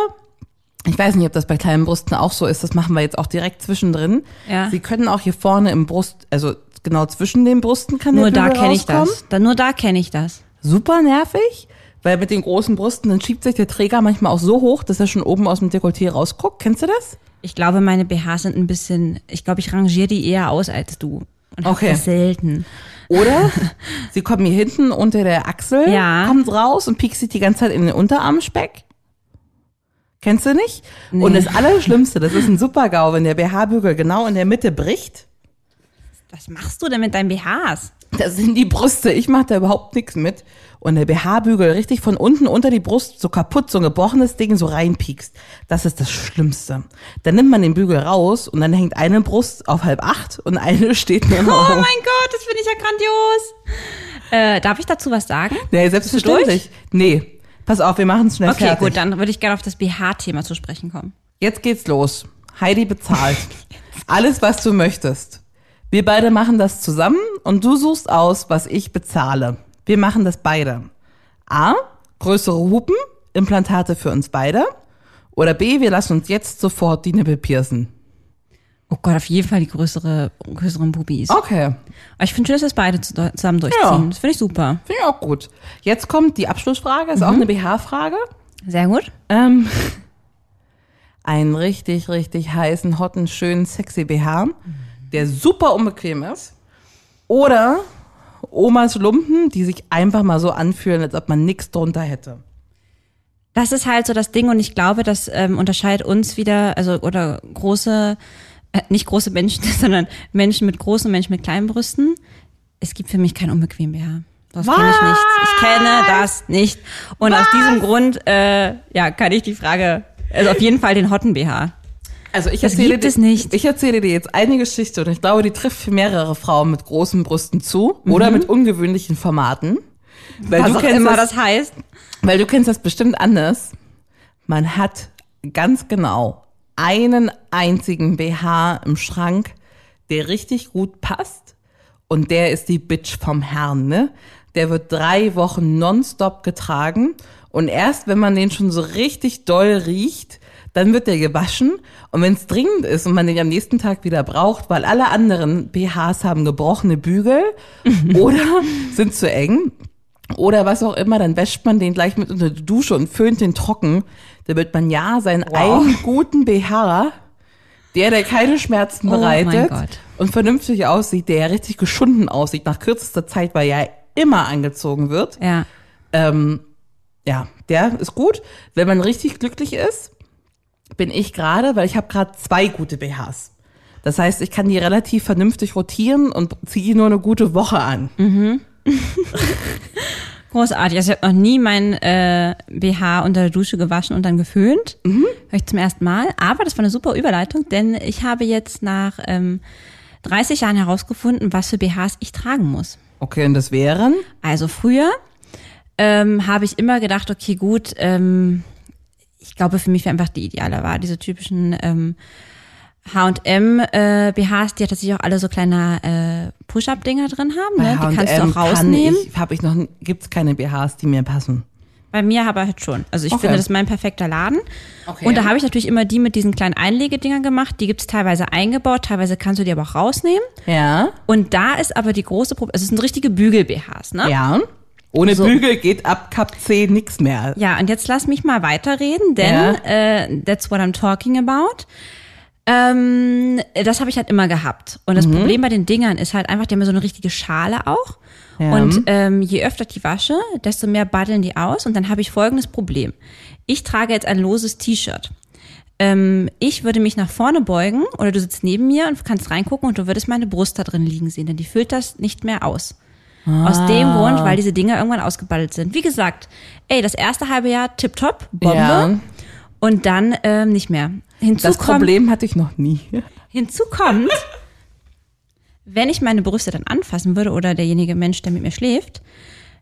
B: ich weiß nicht, ob das bei kleinen Brüsten auch so ist, das machen wir jetzt auch direkt zwischendrin.
C: Ja.
B: Sie können auch hier vorne im Brust, also genau zwischen den Brüsten kann
C: Nur
B: der
C: da
B: Bügel
C: kenne ich
B: rauskommen.
C: das. Da, nur da kenne ich das.
B: super nervig, weil mit den großen Brüsten, dann schiebt sich der Träger manchmal auch so hoch, dass er schon oben aus dem Dekolleté rausguckt. Kennst du das?
C: Ich glaube, meine BHs sind ein bisschen, ich glaube, ich rangiere die eher aus als du. Und hab
B: Okay.
C: Das selten.
B: Oder sie kommen hier hinten unter der Achsel,
C: Ja.
B: kommt raus und piekst sich die ganze Zeit in den Unterarmspeck. Kennst du nicht? Und das Allerschlimmste, das ist ein Supergau, wenn der BH-Bügel genau in der Mitte bricht.
C: Was machst du denn mit deinen BHs?
B: Das sind die Brüste. Ich mache da überhaupt nichts mit. Und der BH-Bügel richtig von unten unter die Brust, so kaputt, so ein gebrochenes Ding, so reinpiekst. Das ist das Schlimmste. Dann nimmt man den Bügel raus und dann hängt eine Brust auf halb acht und eine steht nur
C: Oh
B: noch.
C: mein Gott, das finde ich ja grandios. Äh, darf ich dazu was sagen?
B: nee, selbstverständlich. Nee. Pass auf, wir machen es schnell
C: Okay,
B: fertig.
C: gut, dann würde ich gerne auf das BH-Thema zu sprechen kommen.
B: Jetzt geht's los. Heidi bezahlt. Alles, was du möchtest. Wir beide machen das zusammen und du suchst aus, was ich bezahle. Wir machen das beide. A. Größere Hupen, Implantate für uns beide. Oder B. Wir lassen uns jetzt sofort die Nippel piercen.
C: Oh Gott, auf jeden Fall die größere, größeren Bubis. Oh. Aber
B: Okay,
C: ich finde schön, dass wir das beide zu- zusammen durchziehen.
B: Ja.
C: Das finde ich super.
B: finde ich auch gut. Jetzt kommt die Abschlussfrage, ist auch eine BH-Frage.
C: Sehr gut.
B: Ähm, einen richtig, richtig heißen, hotten, schönen, sexy BH, der super unbequem ist. Oder Omas Lumpen, die sich einfach mal so anfühlen, als ob man nichts drunter hätte.
C: Das ist halt so das Ding und ich glaube, das ähm, unterscheidet uns wieder, also oder große, äh, nicht große Menschen, sondern Menschen mit großen, Menschen mit kleinen Brüsten. Es gibt für mich kein unbequem BH. Das kenne ich nicht. Ich kenne das nicht. Und aus diesem Grund, äh, ja, kann ich die Frage, also auf jeden Fall den Hotten BH.
B: Also ich
C: Das
B: erzähle
C: gibt
B: dir,
C: es nicht.
B: Ich erzähle dir jetzt eine Geschichte und ich glaube, die trifft für mehrere Frauen mit großen Brüsten zu oder mit ungewöhnlichen Formaten. Weil
C: Mhm. Was
B: du
C: auch
B: kennst
C: immer
B: das,
C: das heißt.
B: weil du kennst das bestimmt anders. Man hat ganz genau einen einzigen BH im Schrank, der richtig gut passt und der ist die Bitch vom Herrn, ne? Der wird drei Wochen nonstop getragen und erst wenn man den schon so richtig doll riecht, dann wird der gewaschen und wenn es dringend ist und man den am nächsten Tag wieder braucht, weil alle anderen BHs haben gebrochene Bügel oder sind zu eng oder was auch immer, dann wäscht man den gleich mit unter die Dusche und föhnt den trocken, damit man ja seinen einen guten BH der, der keine Schmerzen
C: Oh mein
B: bereitet
C: Gott.
B: und vernünftig aussieht, der ja richtig geschunden aussieht, nach kürzester Zeit, weil er ja immer angezogen wird,
C: Ja.
B: ja, der ist gut. Wenn man richtig glücklich ist, bin ich gerade, weil ich habe gerade zwei gute BHs. Das heißt, ich kann die relativ vernünftig rotieren und ziehe nur eine gute Woche an.
C: Großartig. Also ich habe noch nie meinen äh, BH unter der Dusche gewaschen und dann geföhnt. Mhm. Hör ich zum ersten Mal. Aber das war eine super Überleitung, denn ich habe jetzt nach ähm, 30 Jahren herausgefunden, was für BHs ich tragen muss.
B: Okay, und das wären?
C: Also früher ähm, habe ich immer gedacht, okay, gut, ähm, ich glaube, für mich wäre einfach die ideale war, diese typischen ähm, H&M äh, BHs, die ja tatsächlich auch alle so kleine äh, Push-Up-Dinger drin haben, ne? die kannst du
B: H&M
C: auch rausnehmen.
B: Kann ich, hab ich noch, n- gibt's keine BHs, die mir passen.
C: Bei mir aber halt schon. Also ich
B: Okay.
C: finde, das ist mein perfekter Laden.
B: Okay.
C: Und da habe ich natürlich immer die mit diesen kleinen Einlegedingern gemacht. Die gibt's teilweise eingebaut, teilweise kannst du die aber auch rausnehmen.
B: Ja,
C: Und da ist aber die große Problem, also es sind richtige Bügel-BHs, ne?
B: ja. Ohne
C: So.
B: Bügel geht ab Cup C nix mehr.
C: Ja, und jetzt lass mich mal weiterreden, denn
B: Ja.
C: äh, that's what I'm talking about. Ähm, das habe ich halt immer gehabt. Und
B: Mhm.
C: das Problem bei den Dingern ist halt einfach, die haben ja so eine richtige Schale auch. Und ähm, je öfter ich die wasche, desto mehr baddeln die aus. Und dann habe ich folgendes Problem. Ich trage jetzt ein loses T-Shirt. Ähm, ich würde mich nach vorne beugen oder du sitzt neben mir und kannst reingucken und du würdest meine Brust da drin liegen sehen, denn die füllt das nicht mehr aus.
B: Ah.
C: Aus dem Grund, weil diese Dinger irgendwann ausgeballt sind. Wie gesagt, ey, das erste halbe Jahr tipptopp, Bombe.
B: Ja.
C: Und dann ähm, nicht mehr. Hinzu
B: Das
C: kommt,
B: Problem hatte ich noch nie.
C: hinzu kommt wenn ich meine Brüste dann anfassen würde oder derjenige Mensch, der mit mir schläft,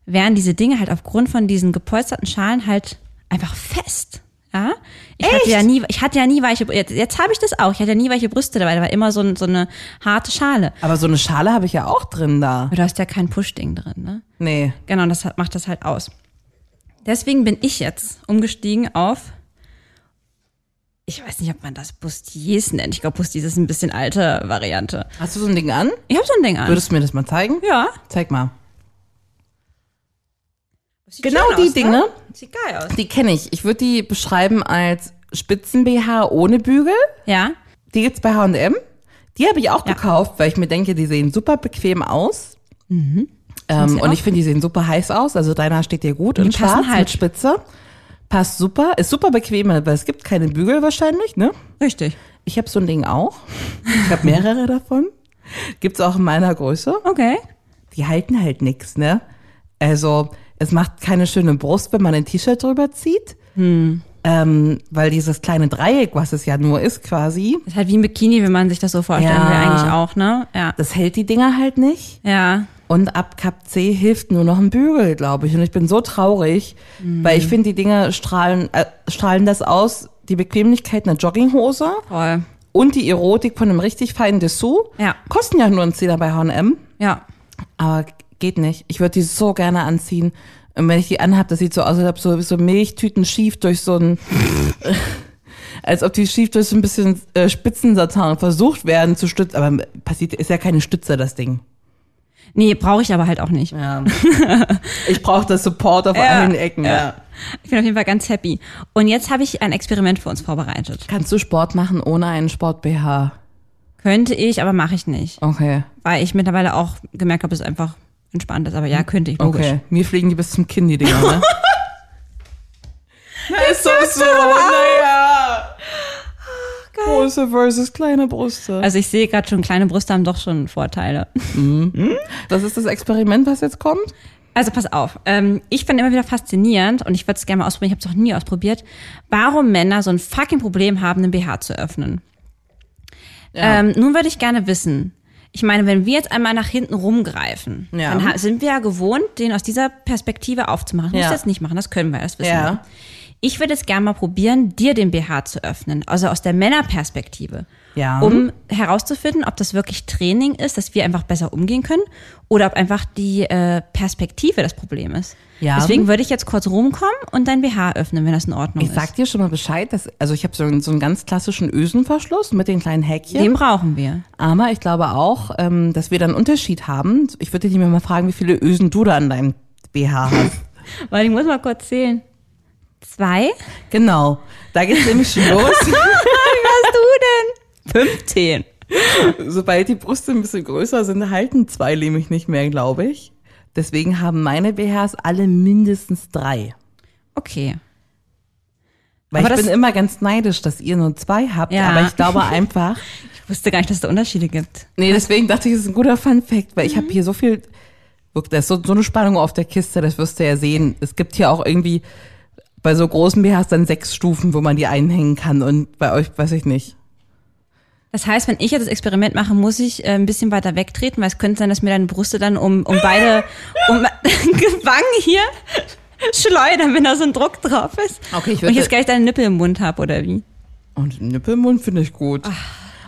C: wären diese Dinge halt aufgrund von diesen gepolsterten Schalen halt einfach fest. Ja? Ich hatte ja nie, ich hatte ja nie weiche, jetzt, jetzt habe ich das auch, ich hatte ja nie weiche Brüste dabei, da war immer so, ein, so eine harte Schale.
B: Aber so eine Schale habe ich ja auch drin da.
C: Aber du hast ja kein Push-Ding drin, ne?
B: Nee.
C: Genau, das hat- macht das halt aus. Deswegen bin ich jetzt umgestiegen auf, ich weiß nicht, ob man das Bustiers nennt. Ich glaube, Bustiers ist ein bisschen alte Variante.
B: Hast du so ein Ding an?
C: Ich habe so ein Ding an.
B: Würdest du mir das mal zeigen?
C: ja.
B: Zeig mal.
C: Sieht
B: Genau
C: schön
B: die
C: aus,
B: Dinge.
C: Ne? Sieht geil aus.
B: Die kenne ich. Ich würde die beschreiben als Spitzen-BH ohne Bügel.
C: Ja.
B: Die gibt's bei H&M. Die habe ich auch
C: Ja.
B: gekauft, weil ich mir denke, die sehen super bequem aus. Ähm,
C: sie
B: und
C: Mhm. auch.
B: ich finde, die sehen super heiß aus. Also deiner steht dir gut.
C: Die
B: In
C: passen
B: schwarz mit
C: halt.
B: Spitze. Passt super. Ist super bequem, weil es gibt keine Bügel wahrscheinlich, ne?
C: Richtig.
B: Ich habe so ein Ding auch. Ich habe mehrere davon. Gibt's auch in meiner Größe.
C: Okay.
B: die halten halt nix, ne? Also es macht keine schöne Brust, wenn man ein T-Shirt drüber zieht. Ähm, weil dieses kleine Dreieck, was es ja nur ist quasi,
C: Ist halt wie ein Bikini, wenn man sich das so vorstellen
B: Ja.
C: will, eigentlich auch, ne? Ja.
B: das hält die Dinger halt nicht.
C: Ja.
B: Und ab Kap C hilft nur noch ein Bügel, glaube ich. Und ich bin so traurig, weil ich finde, die Dinger strahlen, äh, strahlen das aus, die Bequemlichkeit einer Jogginghose
C: Voll.
B: und die Erotik von einem richtig feinen Dessous.
C: Ja.
B: Kosten ja nur ein Zehner bei H&M.
C: Ja.
B: Aber geht nicht. Ich würde die so gerne anziehen. Und wenn ich die anhab, das sieht so aus, als ob so, so Milchtüten schief durch so ein, als ob die schief durch so ein bisschen äh, Spitzensatan versucht werden zu stützen. Aber passiert, ist ja keine Stütze, das Ding.
C: Nee, brauche ich aber halt auch nicht.
B: Ja. ich brauche das Support auf allen Ecken. Ja.
C: Ich bin auf jeden Fall ganz happy. Und jetzt habe ich ein Experiment für uns vorbereitet.
B: Kannst du Sport machen ohne einen Sport-BH?
C: Könnte ich, aber mache ich nicht.
B: Okay.
C: Weil ich mittlerweile auch gemerkt habe, es ist einfach entspannt ist. Aber ja, könnte ich. Logisch.
B: Okay. Mir fliegen die bis zum Kinn, die Dinger, ne?
C: Ja,
B: ist doch so, Ah, naja. Große versus kleine Brüste.
C: Also ich sehe gerade schon, kleine Brüste haben doch schon Vorteile.
B: Das ist das Experiment, was jetzt kommt.
C: Also pass auf, ähm, ich finde immer wieder faszinierend und ich würde es gerne mal ausprobieren, ich habe es noch nie ausprobiert, warum Männer so ein fucking Problem haben, einen BH zu öffnen. Ähm, nun würde ich gerne wissen, ich meine, wenn wir jetzt einmal nach hinten rumgreifen,
B: Ja.
C: dann ha- sind wir ja gewohnt, den aus dieser Perspektive aufzumachen. Ja.
B: Ja.
C: Muss jetzt nicht machen, das können wir, das wissen
B: Ja.
C: wir. Ich würde es gerne mal probieren, dir den BH zu öffnen, also aus der Männerperspektive.
B: Ja.
C: Um herauszufinden, ob das wirklich Training ist, dass wir einfach besser umgehen können oder ob einfach die äh, Perspektive das Problem ist.
B: Ja.
C: Deswegen würde ich jetzt kurz rumkommen und dein BH öffnen, wenn das in Ordnung
B: Ich
C: ist.
B: sag dir schon mal Bescheid, dass, also ich habe so, einen- so einen ganz klassischen Ösenverschluss mit den kleinen Häkchen.
C: Den brauchen wir.
B: Aber ich glaube auch, ähm, dass wir da einen Unterschied haben. Ich würde dich mir mal fragen, wie viele Ösen du da an deinem BH hast.
C: Weil ich muss mal kurz zählen. Zwei?
B: genau. Da geht's nämlich schon los.
C: Was du denn? 15.
B: Sobald die Brüste ein bisschen größer sind, halten zwei nämlich nicht mehr, glaube ich. Deswegen haben meine BHs alle mindestens drei.
C: Okay.
B: Weil
C: Aber
B: ich
C: das-
B: bin immer ganz neidisch, dass ihr nur zwei habt,
C: Ja.
B: aber ich glaube einfach.
C: Ich wusste gar nicht, dass es da Unterschiede gibt.
B: Nee, deswegen dachte ich, das ist ein guter Fun Fact, weil ich habe hier so viel, Guck, da ist so, so eine Spannung auf der Kiste, das wirst du ja sehen. Es gibt hier auch irgendwie bei so großen BHs dann sechs Stufen, wo man die einhängen kann und bei euch weiß ich nicht.
C: Das heißt, wenn ich jetzt das Experiment mache, muss ich äh, ein bisschen weiter wegtreten, weil es könnte sein, dass mir deine Brüste dann um,
B: Ah!
C: um beide um Gewangen hier schleudern, wenn da so ein Druck drauf ist.
B: Okay, ich
C: Und ich jetzt
B: würde-
C: gleich deinen Nippel im Mund habe, oder wie?
B: Und Nippelmund finde ich gut.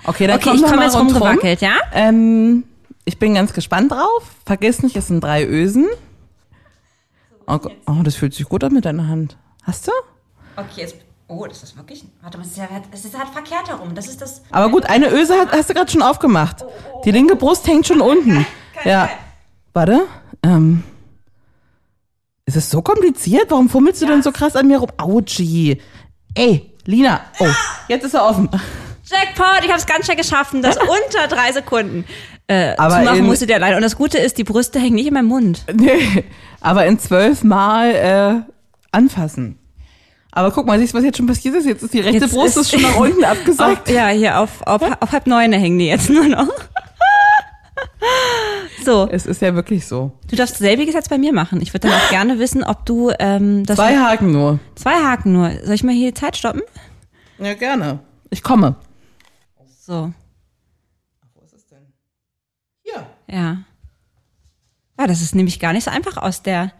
B: Okay, dann
C: Okay,
B: komm
C: ich
B: noch
C: komme
B: mal
C: jetzt
B: rundrum.
C: rumgewackelt, ja?
B: Ähm, ich bin ganz gespannt drauf. Vergiss nicht, es sind drei Ösen. Oh, Gott. oh, das fühlt sich gut an mit deiner Hand. Hast du?
C: Okay, jetzt. Oh, das ist wirklich. Warte mal, es ist, ja, es ist halt verkehrt herum. Das ist das.
B: Aber gut, eine Öse hat, hast du gerade schon aufgemacht. Die linke Brust hängt schon unten. Ja. Warte. Ähm. Ist es so kompliziert? Warum fummelst du denn so krass an mir rum? Autschi. Ey, Lina. Oh, jetzt ist er offen.
C: Jackpot, ich habe es ganz schnell geschafft. und Das unter drei Sekunden.
B: Aber
C: Zumachen
B: in,
C: musst du dir allein. Und das Gute ist, die Brüste hängen nicht in meinem Mund.
B: nee, aber in zwölf Mal äh, anfassen. Aber guck mal, siehst du, was jetzt schon passiert ist? Jetzt ist die rechte
C: Jetzt
B: Brust
C: ist-
B: ist, schon nach unten abgesagt.
C: Auf, ja, hier auf, auf, auf halb neune hängen die jetzt nur noch. So,
B: Es ist ja wirklich so.
C: du darfst selbiges jetzt bei mir machen. Ich würde dann auch gerne wissen, ob du ähm, das
B: Zwei Haken nur.
C: zwei Haken nur. Soll ich mal hier die Zeit stoppen?
B: Ja, gerne. Ich komme.
C: So,
B: Hier.
C: ja. Ja, das ist nämlich gar nicht so einfach aus der.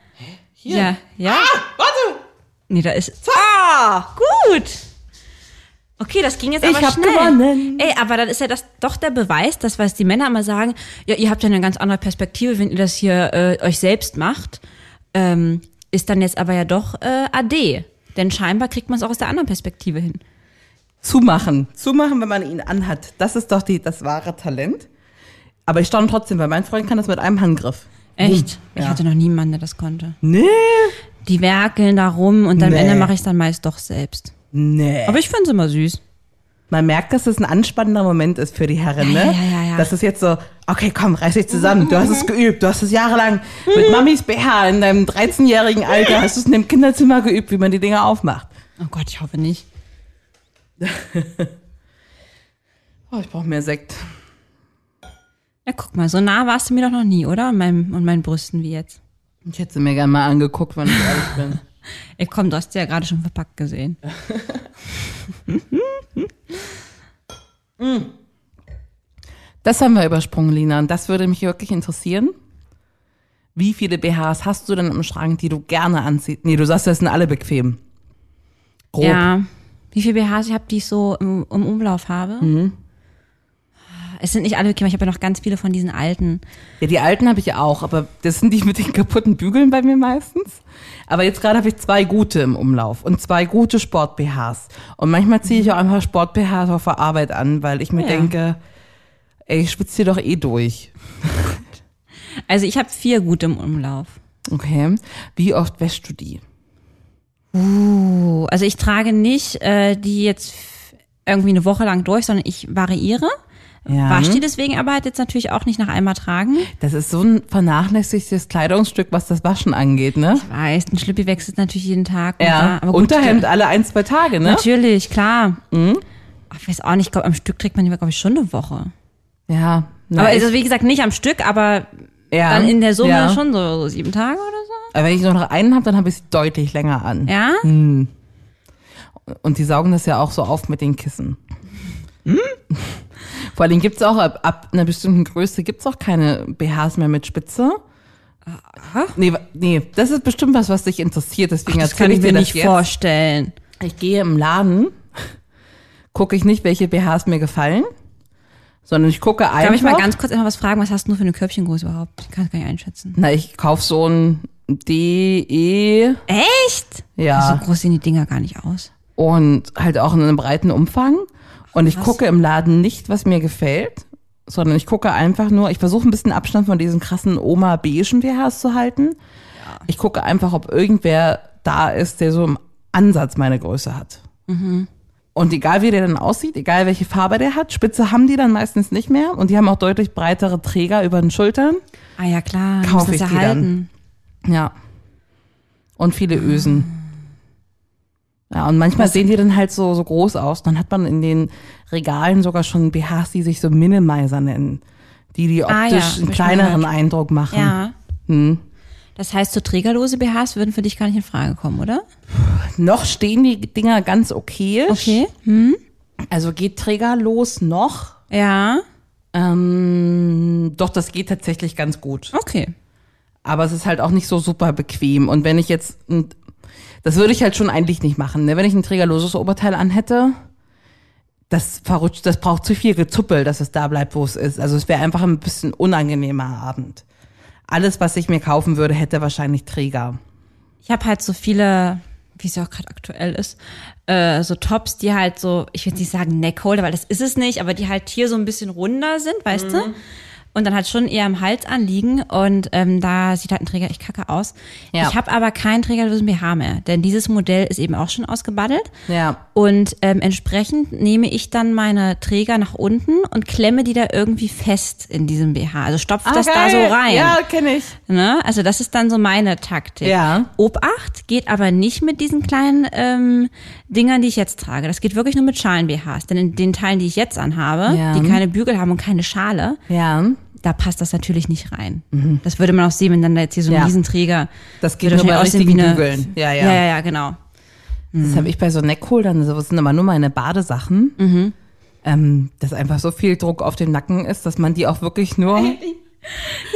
B: Hier. Ah,
C: Ja, ja.
B: Warte!
C: Nee, da ist. Ah, gut. Okay, das ging jetzt
B: Ich
C: aber
B: hab
C: schnell.
B: gewonnen.
C: Ey, aber dann ist ja das doch der Beweis, dass was die Männer immer sagen, ja, ihr habt ja eine ganz andere Perspektive, wenn ihr das hier äh, euch selbst macht, ähm, ist dann jetzt aber ja doch äh, AD. Denn scheinbar kriegt man es auch aus der anderen Perspektive hin.
B: Zumachen. Zumachen, wenn man ihn anhat. Das ist doch die, das wahre Talent. Aber ich staune trotzdem, weil mein Freund kann das mit einem Handgriff.
C: Echt?
B: Hm, Ja.
C: Ich hatte noch niemanden, der das konnte.
B: Nee.
C: Die werkeln da rum und am
B: Nee.
C: Ende mache ich es dann meist doch selbst.
B: Nee.
C: Aber ich finde es immer süß.
B: Man merkt, dass es ein anspannender Moment ist für die Herren,
C: Ja,
B: ne?
C: ja, ja, ja, ja.
B: Das ist jetzt so, okay, komm, reiß dich zusammen. Du hast es geübt. Du hast es jahrelang mit Mamis BH in deinem 13-jährigen Alter hast du es in dem Kinderzimmer geübt, wie man die Dinger aufmacht.
C: Oh Gott, ich hoffe nicht.
B: Oh, ich brauche mehr Sekt.
C: Ja, guck mal, so nah warst du mir doch noch nie, oder? Und meinem, und meinen Brüsten wie jetzt.
B: Ich hätte sie mir gerne mal angeguckt, wenn ich ehrlich bin.
C: Ey, komm, du hast sie ja gerade schon verpackt gesehen.
B: Das haben wir übersprungen, Lina. Und das würde mich wirklich interessieren. Wie viele BHs hast du denn im Schrank, die du gerne anziehst? Nee, du sagst, das sind alle bequem. Grob.
C: Ja. Wie viele BHs ich habe, die ich so im, im Umlauf habe?
B: Mhm.
C: Es sind nicht alle bequem, ich habe ja noch ganz viele von diesen alten.
B: ja die alten habe ich ja auch, aber das sind die mit den kaputten Bügeln bei mir meistens. Aber jetzt gerade habe ich zwei gute im Umlauf und zwei gute Sport-BHs. Und manchmal ziehe ich auch einfach Sport-BHs auf der Arbeit an, weil ich mir
C: Ja.
B: denke, ey, ich schwitze hier doch eh durch.
C: Also ich habe vier gut im Umlauf.
B: Okay. Wie oft wäschst du die?
C: Oh, Also ich trage nicht äh, die jetzt f- irgendwie eine Woche lang durch, sondern ich variiere.
B: Ja.
C: Wasch die deswegen aber halt jetzt natürlich auch nicht nach einmal tragen.
B: Das ist so ein vernachlässigtes Kleidungsstück, was das Waschen angeht, ne?
C: Weiß, ein Schlüppi wechselt natürlich jeden Tag. und
B: Ja.
C: da- aber gut,
B: Unterhemd
C: äh,
B: alle ein, zwei Tage, ne?
C: Natürlich, klar.
B: Mhm.
C: Ach, Ich weiß auch nicht, ich glaube, am Stück trägt man die, glaube ich, schon eine Woche.
B: Ja. Na,
C: aber
B: ich-
C: also, wie gesagt, nicht am Stück, aber
B: ja.
C: dann in der Summe
B: ja.
C: schon so, so sieben Tage oder so.
B: Aber wenn ich nur noch einen habe, dann habe ich sie deutlich länger an.
C: Ja?
B: Hm, Und die saugen das ja auch so auf mit den Kissen. Hm? Vor allem gibt's auch ab, ab einer bestimmten Größe gibt's auch keine BHs mehr mit Spitze. Nee, wa- nee, das ist bestimmt was, was dich interessiert. Deswegen
C: Das
B: erzähl
C: kann ich mir
B: dir
C: nicht
B: das jetzt.
C: vorstellen.
B: Ich gehe im Laden, gucke ich nicht, welche BHs mir gefallen, sondern ich gucke einfach.
C: Darf ich mal ganz kurz einfach was fragen? Was hast du für eine Körbchengröße überhaupt? Ich kann es gar nicht einschätzen.
B: Na, ich kauf so ein DE,
C: Echt?
B: ja,
C: So groß sehen die Dinger gar nicht aus.
B: und halt auch in einem breiten Umfang. Und ich gucke im Laden nicht, was mir gefällt, sondern ich gucke einfach nur, ich versuche ein bisschen Abstand von diesen krassen Oma-beigen BHs zu halten. Ich gucke einfach, ob irgendwer da ist, der so im Ansatz meine Größe hat. Und egal wie der dann aussieht, egal welche Farbe der hat, Spitze haben die dann meistens nicht mehr und die haben auch deutlich breitere Träger über den Schultern.
C: Ah ja, klar.
B: Kauf
C: Kaufe ich
B: ich
C: ja
B: die dann.
C: halten.
B: Ja. Und viele Ösen. Ja, und manchmal sehen die dann halt so, so groß aus. Dann hat man in den Regalen sogar schon BHs, die sich so Minimizer nennen. Die, die optisch
C: Ah, ja, hab ich
B: einen
C: schon
B: kleineren
C: gehört.
B: Eindruck machen.
C: Ja.
B: Hm.
C: Das heißt, so trägerlose BHs würden für dich gar nicht in Frage kommen, oder?
B: Noch stehen die Dinger ganz okay.
C: Okay.
B: Also geht trägerlos noch.
C: Ja.
B: Ähm, doch, das geht tatsächlich ganz gut.
C: Okay.
B: Aber es ist halt auch nicht so super bequem. Und wenn ich jetzt, ein- das würde ich halt schon eigentlich nicht machen, ne? wenn ich ein trägerloses Oberteil anhätte, das verrutscht, das braucht zu viel Gezuppel, dass es da bleibt, wo es ist. Also es wäre einfach ein bisschen unangenehmer Abend. Alles, was ich mir kaufen würde, hätte wahrscheinlich Träger.
C: Ich habe halt so viele, wie es ja auch gerade aktuell ist, äh, so Tops, die halt so, ich würde nicht sagen Neckholder, weil das ist es nicht, aber die halt hier so ein bisschen runder sind, weißt
B: Mhm.
C: du? Und dann halt schon eher am Hals anliegen und ähm, da sieht halt ein Träger echt kacke aus.
B: Ja.
C: Ich habe aber keinen trägerlosen BH mehr, denn dieses Modell ist eben auch schon ausgebaddelt.
B: Ja.
C: Und ähm, entsprechend nehme ich dann meine Träger nach unten und klemme die da irgendwie fest in diesem BH. Also stopf das da so rein.
B: Ah, Ja, kenne ich.
C: Ne? Also das ist dann so meine Taktik.
B: Ja.
C: Obacht geht aber nicht mit diesen kleinen ähm, Dingern, die ich jetzt trage. Das geht wirklich nur mit Schalen-BHs. Denn in den Teilen, die ich jetzt anhabe,
B: Ja.
C: die keine Bügel haben und keine Schale,
B: Ja.
C: da passt das natürlich nicht rein. Das würde man auch sehen, wenn dann da jetzt hier so ein
B: Mhm. Ja.
C: Riesenträger.
B: Das geht
C: würde
B: nur bei
C: wahrscheinlich aussehen
B: richtigen
C: wie eine-
B: Bügeln. Ja, ja.
C: Ja, ja, ja, genau.
B: Das habe ich bei so Neckholdern, sowas sind aber nur meine Badesachen,
C: Mhm.
B: ähm, dass einfach so viel Druck auf dem Nacken ist, dass man die auch wirklich nur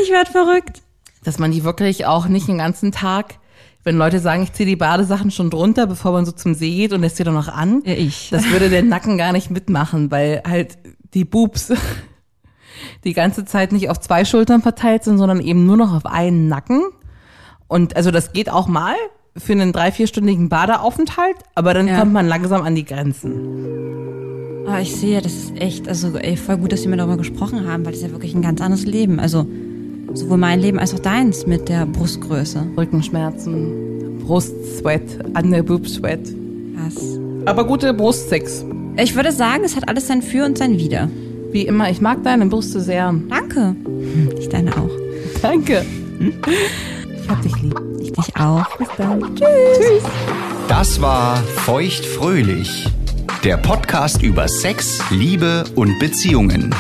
C: Ich werd verrückt.
B: dass man die wirklich auch nicht den ganzen Tag, wenn Leute sagen, ich ziehe die Badesachen schon drunter, bevor man so zum See geht und lässt sie doch noch an,
C: Ja, ich.
B: das würde der Nacken gar nicht mitmachen, weil halt die Boobs die ganze Zeit nicht auf zwei Schultern verteilt sind, sondern eben nur noch auf einen Nacken. Und also das geht auch mal für einen drei, vierstündigen Badeaufenthalt, aber dann
C: Ja.
B: kommt man langsam an die Grenzen.
C: Aber Oh, ich sehe, das ist echt, also ey, voll gut, dass wir mal darüber gesprochen haben, weil das ist ja wirklich ein ganz anderes Leben. Also sowohl mein Leben als auch deins mit der Brustgröße.
B: Rückenschmerzen, Brustsweat, Underboob-Sweat.
C: Krass.
B: Aber gute Brustsex.
C: Ich würde sagen, es hat alles sein Für und sein Wider.
B: Wie immer, ich mag deine Brüste sehr.
C: Danke. Ich deine auch.
B: Danke. Ich hab dich lieb.
C: Ich dich auch.
B: Bis dann.
A: Das war Feuchtfröhlich, der Podcast über Sex, Liebe und Beziehungen.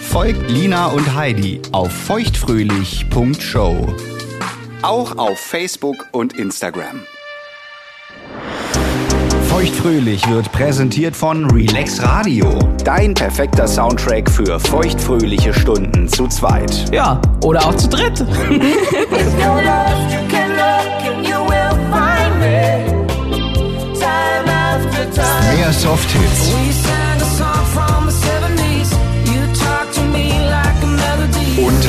A: Folgt Lina und Heidi auf feuchtfröhlich.show. Auch auf Facebook und Instagram. Feuchtfröhlich wird präsentiert von Relax Radio. Dein perfekter Soundtrack für feuchtfröhliche Stunden zu zweit.
B: Ja, oder auch zu dritt.
F: If you're lost, you can look and you will find me. Time after time.
A: Mehr Softhits
F: We sang a song from the 70s. You talk to me like a melody.
A: und